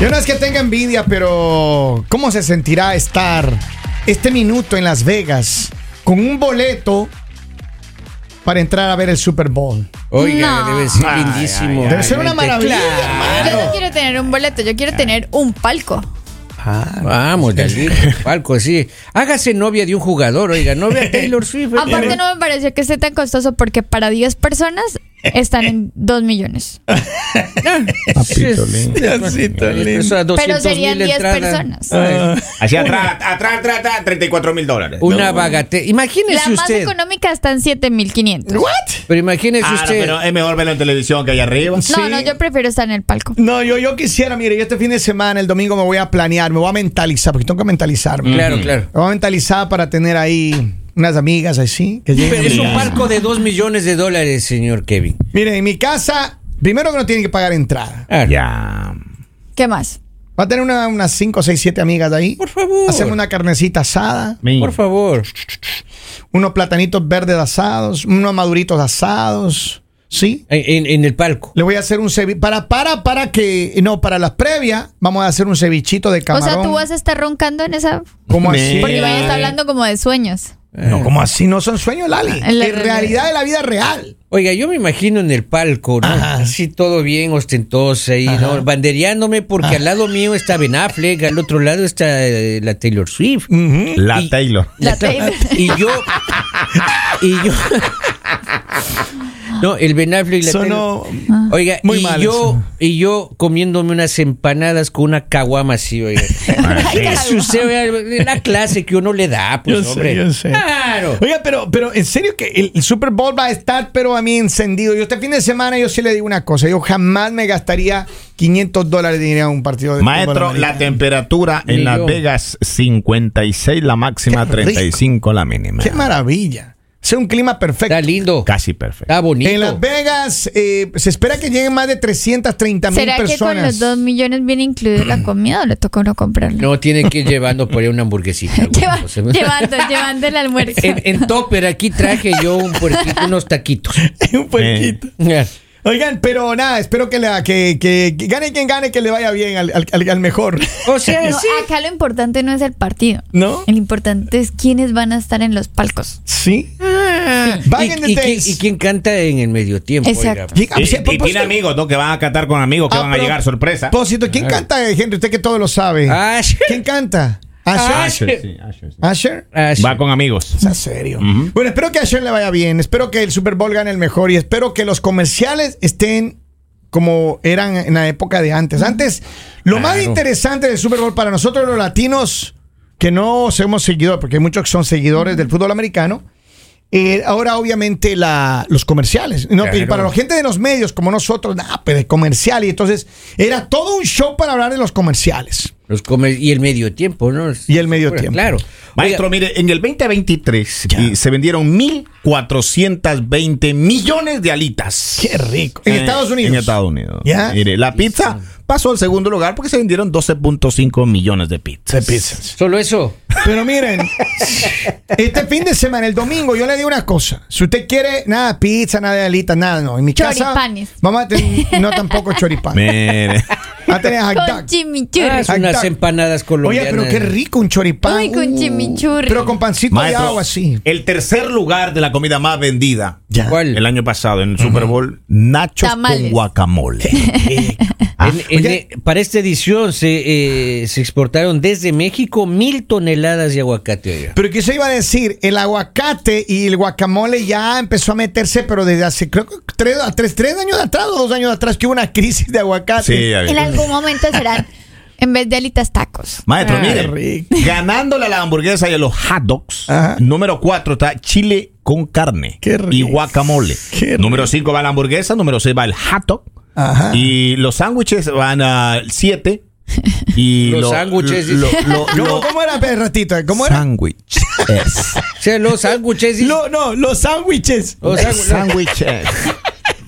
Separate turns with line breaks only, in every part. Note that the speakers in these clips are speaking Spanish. Yo no es que tenga envidia, pero ¿cómo se sentirá estar este minuto en Las Vegas con un boleto para entrar a ver el Super Bowl?
Oiga,
No.
debe ser
Ay,
lindísimo.
ay, ay, Debe ser una maravilla,
Yo no
Claro.
quiero tener un boleto, yo quiero tener un palco.
Vamos, Dalí, palco, sí. Hágase novia de un jugador, oiga, novia de Taylor Swift. oiga.
Aparte no me pareció que esté tan costoso porque para 10 personas están en 2 millones.
Pues, Papito lindo.
Diosito lindo.
Pero serían 10 personas.
Así atrás, atrás, atrás, atrás, 34 mil dólares.
Una
No.
bagatela.
La
Imagínese
más
usted.
económica está en 7500.
Pero imagínese
Ah, no,
usted.
pero es mejor verlo en televisión que allá arriba.
No, no, yo prefiero estar en el palco.
No, yo, yo quisiera, mire, yo este fin de semana, el domingo me voy a planear, me voy a mentalizar, porque tengo que mentalizarme.
Claro,
Me
claro.
voy a mentalizar para tener ahí unas amigas así. Que lleguen
Pero es un
Mira.
palco de 2 millones de dólares, señor Kevin.
Mire, en mi casa, primero que no tienen que pagar entrada.
Ah,
Ya.
¿Qué más?
Va a tener una- unas 5, 6, 7 amigas ahí.
Por favor.
Hacemos una carnecita asada,
Por favor.
unos platanitos verdes asados, unos maduritos asados, ¿sí?
En, en- en el palco.
Le voy a hacer un ceviche. Para, para, para que. No, para las previas, vamos a hacer un cevichito de
O
camarón.
sea, tú vas a estar roncando en esa...
¿Cómo
Me- eh.
así?
Porque vaya a estar hablando como de sueños.
No, ¿cómo así? No son sueños, Lali.
En la
es
realidad.
realidad de la vida real.
Oiga, yo me imagino en el palco, ¿no?
Ajá.
Así todo bien ostentoso ahí, ¿no? Bandereándome
Ah.
porque al lado mío está Ben Affleck, al otro lado está eh, la Taylor Swift.
La
Y-
Taylor.
La Taylor.
Y yo. Y yo. No, el Ben Affleck y la
Sonó
Ah.
Taylor. Oiga,
muy
y
mal
yo,
eso.
y yo comiéndome unas empanadas con una caguama así, oiga. Eso usted, oiga, la clase que uno le da, pues,
Yo sé,
hombre.
yo sé.
Claro.
Oiga, pero, pero en serio que el, el Super Bowl va a estar, pero a mí encendido. Yo este fin de semana yo sí le digo una cosa. Yo jamás me gastaría 500 dólares de dinero en un partido de
Maestro,
fútbol
la
americano.
temperatura
Ni
en Las
yo.
Vegas 56 la máxima,
Qué rico.
35 la mínima.
Qué maravilla. Es un clima perfecto.
Está lindo.
Casi perfecto. Eh,
Está bonito.
En Las Vegas eh, se espera que lleguen más de 330 mil
¿Será
personas.
que con los 2 millones viene incluida la comida o le toca a uno comprarla?
No, tiene que ir llevando por ahí una hamburguesita. güey.
Lleva-
O sea,
llevando, llevando el almuerzo.
en, en topper aquí traje yo un puerquito, unos taquitos.
un puerquito.
Eh.
Oigan, pero nada, espero que, la, que, que- que gane quien gane, que le vaya bien al, al- al- al mejor.
O sea,
No, ah,
sí.
acá lo importante no es el partido.
¿No?
El importante es quiénes van a estar en los palcos.
Sí.
Ah.
Vayan
¿Y,
de
y quién,
test.
y quién canta en el medio tiempo?
Exacto.
oiga?
Llega-
Y,
se-
y
propósito-
tiene amigos, ¿no? Que van a cantar con amigos, que
pues, Ah,
van a
pero- pues,
llegar sorpresa.
Propósito, ¿quién canta, Henry? Usted que todo lo sabe.
Ah, sí.
¿Quién canta? ¿Asher?
Asher, sí, Asher, sí.
¿Asher?
Ah, sí.
Va con amigos.
Es en serio. Bueno, espero que a Asher le vaya bien. Espero que el Super Bowl gane el mejor. Y espero que los comerciales estén como eran en la época de antes. Antes, lo más
Claro.
interesante del Super Bowl para nosotros los latinos, que no somos seguidores, porque hay muchos que son seguidores del fútbol americano. eh, ahora, obviamente, la, los comerciales. No,
Claro.
Y para la gente de los medios, como nosotros, nada, pero el comercial. Y entonces, era todo un show para hablar de los comerciales.
Los come- y el medio tiempo, ¿no?
Y el medio tiempo.
Claro.
Maestro,
Oiga,
mire, en el 2023 y se vendieron 1.420 millones de alitas.
Qué rico. En
Eh,
Estados Unidos.
En Estados Unidos.
Ya.
Mire, la pizza pasó al segundo lugar porque se vendieron 12.5 millones de pizzas.
solo eso.
Pero miren, este fin de semana, el domingo, yo le digo una cosa. Si usted quiere nada pizza, nada de alitas, nada, no. En mi casa.
Choripanes.
Vamos a tener, no tampoco choripanes.
Mire.
Va a tener hot
Con
dog.
Ah,
chimichurri.
es unas
Hashtag.
empanadas
Oye,
colombianas.
pero qué rico un choripán. Uh,
Uy, con chimichurri.
Pero con pancito de
Maestro, eh,
agua, sí.
El tercer lugar de la comida más vendida
Ya.
¿Cuál?
el año pasado en el Super Bowl, nachos
Tamales.
con guacamole.
Ah,
En- en- eh, para esta edición se, eh, se exportaron desde México mil toneladas de aguacate. oiga.
Pero que eso iba a decir, el aguacate y el guacamole ya empezó a meterse, pero desde hace, creo que tres, a tres, tres años atrás o dos años atrás que hubo una crisis de aguacate.
Sí, a ver.
En algún momento serán, en vez de alitas, tacos.
Maestro,
Ah,
mire,
qué rico.
ganándole a la hamburguesa y a los hot dogs.
Ajá.
Número 4 está chile con carne
Qué rico.
y guacamole.
Qué rico. Ah.
número 5 va la hamburguesa, número 6 va el hot dog.
Ajá.
Y los sándwiches van al 7. Y
Los
lo-
sándwiches,
lo-
¿Cómo,
lo- lo-
cómo era, Pe- ratito? ¿Cómo era?
Sándwiches.
O sea, los sándwiches.
Lo- no, los sándwiches.
los
Los
sándwiches
sándwiches.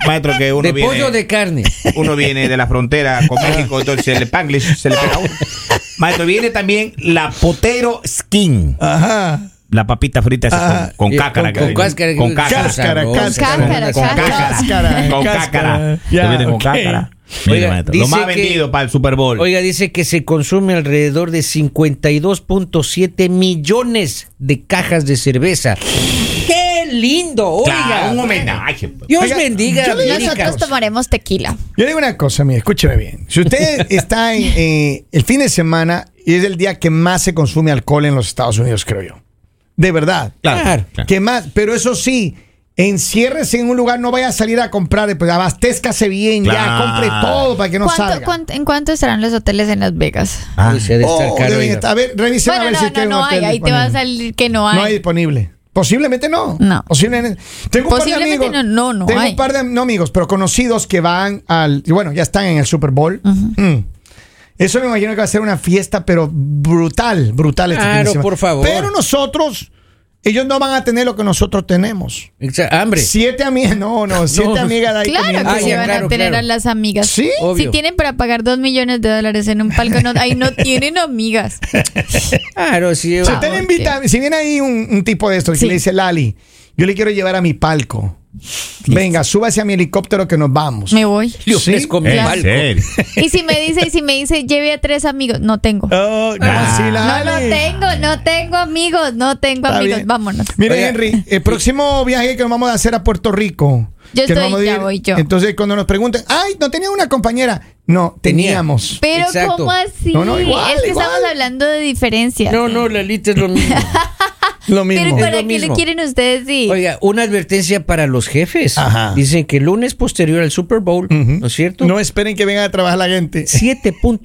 Maestro, que uno
de
viene,
pollo de Ah. carne.
uno viene de la frontera con México, entonces el panglish se le pega a uno. Maestro, viene también la potero skin.
Ajá.
La papita frita esa
Ajá.
con, con
Eh,
cáscara.
con- con
que-
cáscara.
Con cáscara.
Cáscara,
Sabrosa,
cáscara,
Cáscara,
Con
cáscara.
cáscara. Con
Cáscara.
cáscara.
Ya,
Te viene con
ok.
cáscara. Mira,
Oiga,
maestro, lo
dice
más
que-
vendido para el Super Bowl.
Oiga, dice que se consume alrededor de 52.7 millones de cajas de cerveza. ¡Qué lindo!
Claro,
Oiga,
un homenaje.
Dios
Oiga,
bendiga.
yo le digo
América.
esa
Nosotros tomaremos tequila.
Yo digo una cosa, mire, escúcheme bien. Si usted está en, eh, el fin de semana y es el día que más se consume alcohol en los Estados Unidos, creo yo. De verdad.
Claro.
Que más, pero eso sí, enciérrese en un lugar, no vaya a salir a comprar, pues abastézcase bien,
Claro.
ya compre todo para que no
¿Cuánto-
salga.
cuánto- ¿En cuánto estarán los hoteles en Las Vegas?
Ah.
Uy, se ha de estar
Oh,
caro,
deben
oiga.
estar- a ver, revisen a
bueno,
ver
no,
si
no,
tiene
no
un
hay.
hotel
Ahí te va a
disponible.
salir que no hay.
No hay disponible. Posiblemente no.
No.
Posiblemente. Tengo un par de
Posiblemente
amigos-
no, no, no
Tengo
hay.
un par de no amigos, pero conocidos que van al. y Bueno, ya están en el Super Bowl. Mm. Eso me imagino que va a ser una fiesta, pero brutal, brutal. este fin de
Claro,
semana.
por favor.
Pero nosotros, ellos no van a tener lo que nosotros tenemos.
Exa- Hambre.
Siete amigas, no, no, siete amigas de ahí
Claro
comiendo.
Ah,
que
ya,
se van
claro,
a tener
claro.
a las amigas.
Sí.
Obvio.
Si tienen para pagar dos millones de dólares en un palco, no, ahí no tienen amigas.
Claro, sí.
Si
oiga.
usted le invita, si viene ahí un, un tipo de estos que
Sí.
le dice Lali, yo le quiero llevar a mi palco. Venga, súbase a mi helicóptero que nos vamos.
Me voy.
Le ofrezco mi
¿En
palco.
serio?
Y si me dice, y si me dice, lleve a tres amigos, no tengo.
Oh, no,
Ah.
sí,
No,
Lali.
no tengo, no tengo amigos, no tengo
Está
amigos.
bien.
Vámonos.
Mire,
Oiga.
Henry, el próximo viaje que nos vamos a hacer a Puerto Rico.
Yo
que nos
estoy,
vamos a
ya voy yo.
Entonces, cuando nos pregunten, ay, no tenía una compañera. No,
Tenía.
teníamos.
Pero
Exacto.
¿cómo así?
No, no, igual,
es que
igual.
estamos hablando de diferencias.
No, no, Lalita es lo mismo.
Lo
Pero
mismo.
Es
¿para
lo
qué
mismo.
le quieren ustedes sí?
Oiga, una advertencia para los jefes.
Ajá.
Dicen que el lunes posterior al Super Bowl,
Ujú.
¿no es cierto?
No esperen que venga a trabajar la gente.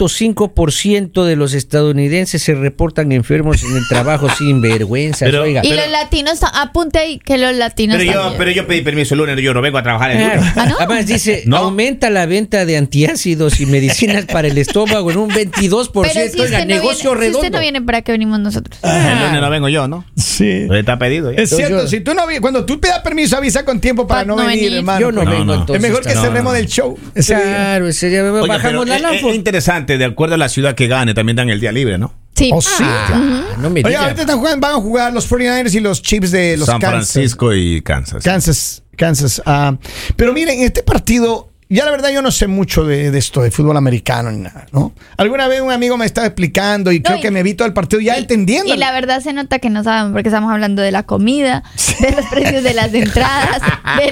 7.5% de los estadounidenses se reportan enfermos en el trabajo sin vergüenza.
Pero-
Oiga,
y
pero-
los latinos, ta- apunte ahí que los latinos
Pero yo,
también.
pero yo pedí permiso el lunes, yo no vengo a trabajar el
Claro.
lunes.
¿Ah, no?
Además dice,
No.
aumenta la venta de antiácidos y medicinas para el estómago en un 22%.
Pero si
Oiga,
usted, no
negocio
viene, si
redondo.
usted no viene, ¿para qué venimos nosotros?
Ah,
El lunes no vengo yo, ¿no?
Sí.
Está pedido. ya.
Es cierto,
yo-
si tú no vi- cuando tú pidas permiso, avisa con tiempo para
Para
no,
no
venir,
venir. Ah.
hermano.
Yo no,
No,
vengo
no.
entonces.
es mejor que
no,
cerremos
no.
del show. ese día.
Claro, ese día
Oiga,
bajamos
pero
la
es-
lámpara.
Es interesante, de acuerdo a la ciudad que gane, también dan el día libre, ¿no?
Sí.
Oh, sí.
Ah, no me
Oye,
diga.
ahorita están jugando- van a jugar los 49ers y los Chips de Eh, los
San
Kansas.
Francisco y Kansas.
Kansas, Kansas. ah, pero miren, este partido, ya la verdad yo no sé mucho de, de esto, de fútbol americano ni nada, ¿no? Alguna vez un amigo me estaba explicando y creo
y-
que me vi todo el partido ya entendiendo.
Y la verdad se nota que no saben porque estamos hablando de la comida, de los precios de las entradas, de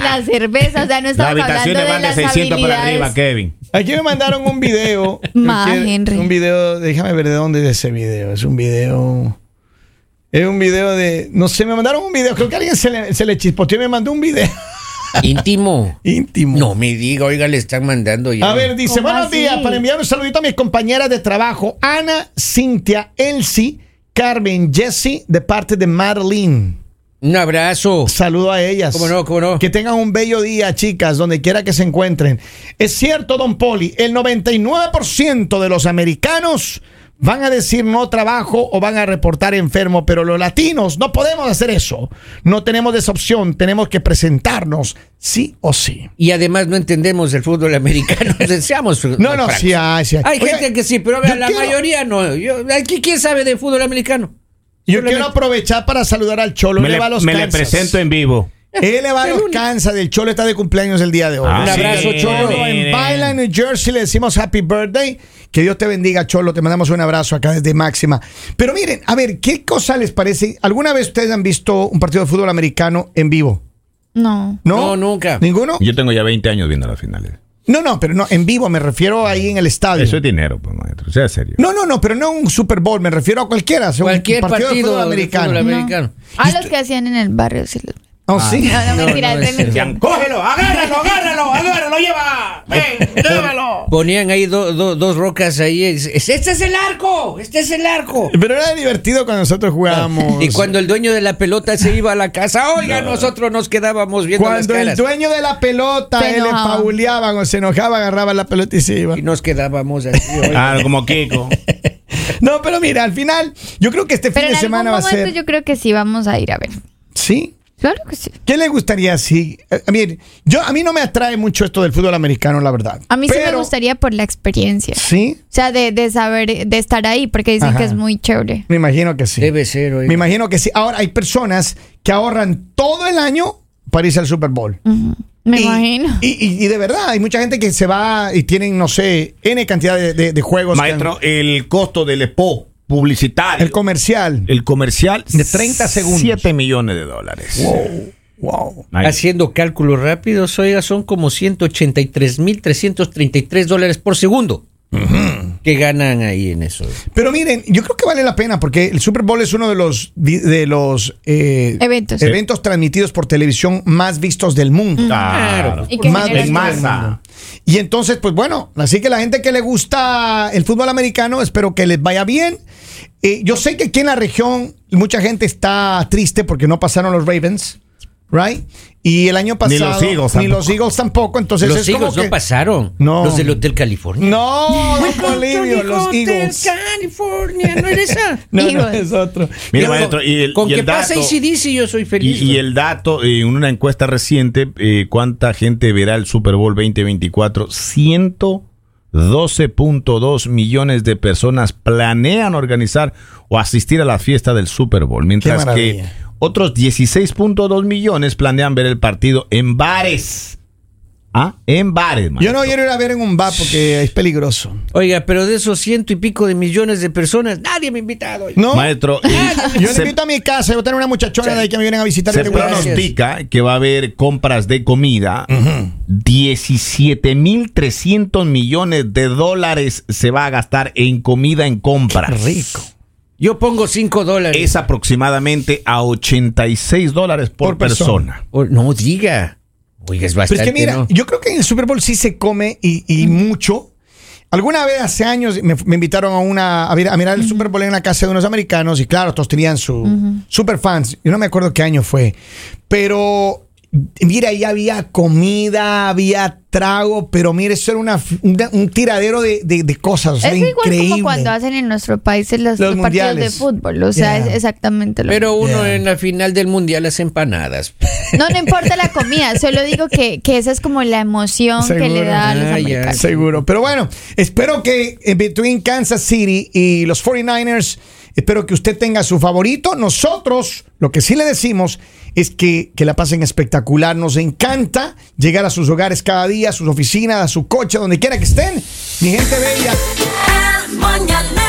las cervezas, o sea, no
Las
estamos hablando
habitaciones
de
van de
las
600 para arriba,
habilidades.
Kevin.
Aquí me mandaron un video.
Ma,
Quiero-
Henry.
Un video, déjame ver de dónde es ese video. Es un video. Es un video de. No sé, me mandaron un video. Creo que alguien se le, se le chispoteó y me mandó un video
Íntimo.
íntimo.
No me diga, oiga, le están mandando ya.
A ver, dice,
¿Cómo
buenos
así?
días, para enviar un saludito a mis compañeras de trabajo, Ana, Cintia, Elsie, Carmen, Jessie, de parte de Marlene. Pues
Un abrazo.
Saludo a ellas.
Cómo no, cómo no.
Que tengan un bello día, chicas, donde quiera que se encuentren. Es cierto, don Poli, el 99% de los americanos van a decir no trabajo o van a reportar enfermo, pero los latinos no podemos hacer eso. No tenemos esa opción, tenemos que presentarnos sí o sí.
Y además no entendemos el fútbol americano. Seamos
No, no,
francos.
sí hay, sí hay.
Hay
Oiga,
gente que sí, pero vea,
yo
la
quiero-
mayoría no. Yo, aquí, ¿quién sabe de fútbol americano?
Yo
Solamente-
quiero aprovechar para saludar al Cholo.
Me,
él
le,
le, va a los
me le
Kansas.
presento en vivo.
Él le va a los Kansas. El Cholo está de cumpleaños el día de hoy.
Ah,
Un
sí,
abrazo, Cholo.
miren.
En Byline, New Jersey, le decimos happy birthday. Que Dios te bendiga, Cholo. Te mandamos un abrazo acá desde Máxima. Pero miren, a ver, ¿qué cosa les parece? ¿Alguna vez ustedes han visto un partido de fútbol americano en vivo?
No.
¿No?
No, nunca.
¿Ninguno?
Yo tengo ya 20 años viendo las finales.
No, no, pero no, en vivo, me refiero ahí en el estadio.
Eso es dinero, pues, maestro. Sea serio.
No, no, no, pero no un Super Bowl, me refiero a cualquiera. o sea, un
Cualquier partido,
de fútbol americano.
de fútbol
no.
americano.
A los que hacían en el barrio. Sí, los-
Oh, sí.
Ah.
No, no,
no,
mentira,
no,
es
es
de mi-
Decían, cógelo, agárralo, agárralo, agárralo, lleva. Ven, llévalo.
Ponían ahí do- do- dos rocas ahí. es- es- Este es el arco, este es el arco.
Pero era divertido cuando nosotros jugábamos.
Y cuando el dueño de la pelota se iba a la casa, oiga, nosotros nos quedábamos viendo las
Cuando el
caras.
dueño de la pelota
Se
él le
enojaba.
pauleaban o se enojaba, agarraba la pelota y se iba.
Y nos quedábamos así. oiga.
Ah, como Kiko.
No, pero mira, al final, yo creo que este fin
Pero en
de
algún
semana va a
momento
ser.
yo creo que sí vamos a ir a ver.
¿Sí?
Claro que sí.
¿Qué le gustaría si.? eh, A mí, yo, a mí no me atrae mucho esto del fútbol americano, la verdad.
A mí sí me
Pero-
gustaría por la experiencia.
Sí,
O sea, de, de saber, de estar ahí, porque dicen
Ajá.
que es muy chévere.
me imagino que sí.
Debe ser, oiga.
Me imagino que sí. Ahora, hay personas que ahorran todo el año para irse al Super Bowl.
Me
Y-
imagino.
Y, y- y de verdad, hay mucha gente que se va y tienen, no sé, N cantidad de, de- de juegos. que han-
Maestro, el costo del expo publicitario.
el comercial.
el comercial
De 30 segundos.
7 millones de dólares.
Wow.
Ahí.
Haciendo cálculos rápidos, oiga, son como 183.333 dólares por segundo que ganan ahí en eso.
Pero miren, yo creo que vale la pena porque el Super Bowl es uno de los di- de los eh,
Eventos.
eventos transmitidos por televisión más vistos del mundo.
Claro.
Y que
Más
generan
en
En
todo.
masa.
Y entonces, pues bueno, así que la gente que le gusta el fútbol americano, espero que les vaya bien. Eh, yo sé que aquí en la región mucha gente está triste porque no pasaron los Ravens, right? Y el año pasado
los Eagles
ni
tampoco.
los Eagles tampoco, entonces
Los
Pues es como
Eagles no
que-
pasaron.
No.
Los del Hotel California.
No, don Polibio, los Eagles.
California, no eres esa.
No, no,
Eagles.
es otro.
Mira,
Yo,
maestro, y el,
con
y el
que pasa
dato-
ACDC yo soy feliz.
Y, y el dato, eh, en una encuesta reciente, eh, ¿cuánta gente verá el Super Bowl 2024? 112.2 millones de personas planean organizar o asistir a la fiesta del Super Bowl, mientras que
maravilla.
otros 16.2 millones planean ver el partido en bares. ¿Ah? En bares,
Yo
maestro.
no quiero ir a ver en un bar porque es peligroso.
Oiga, pero de esos ciento y pico de millones de personas, nadie me ha invitado. oiga.
No,
Maestro, y
yo le
se-
invito a mi casa, yo tengo una muchachona de ahí que me vienen a visitar. y
Se
te voy a-
Gracias.
pronostica que va a haber compras de comida. 17.300 millones de dólares se va a gastar en comida en compras. rico.
Yo pongo cinco dólares.
Es aproximadamente a 86 dólares por,
Por persona.
persona.
O- no diga. Oiga, es
Pero
bastante.
es que mira,
¿no?
yo creo que en el Super Bowl sí se come y, y mucho. Alguna vez hace años me, me invitaron a una a, ver- a mirar el Super Bowl en la casa de unos americanos y claro, todos tenían su super fans. Yo no me acuerdo qué año fue, pero mira, ahí había comida, había trago, pero mira, eso era una, una- un tiradero de, de- de cosas. o sea,
Es igual
increíble.
como cuando hacen en nuestro país
Los
los, los partidos de
mundiales.
fútbol. O sea,
Ya.
es exactamente lo mismo.
Pero uno
Yeah.
en la final del mundial las empanadas.
No, no importa la comida, solo digo que, que esa es como la emoción que
Seguro.
le da a los
Ah, ya.
americanos.
Seguro. Pero bueno, espero que eh, between Kansas City y los 49ers, espero que usted tenga su favorito. Nosotros, lo que sí le decimos es que, que la pasen espectacular. Nos encanta llegar a sus hogares cada día, a sus oficinas, a su coche, donde quiera que estén. Mi gente bella.
El mañanero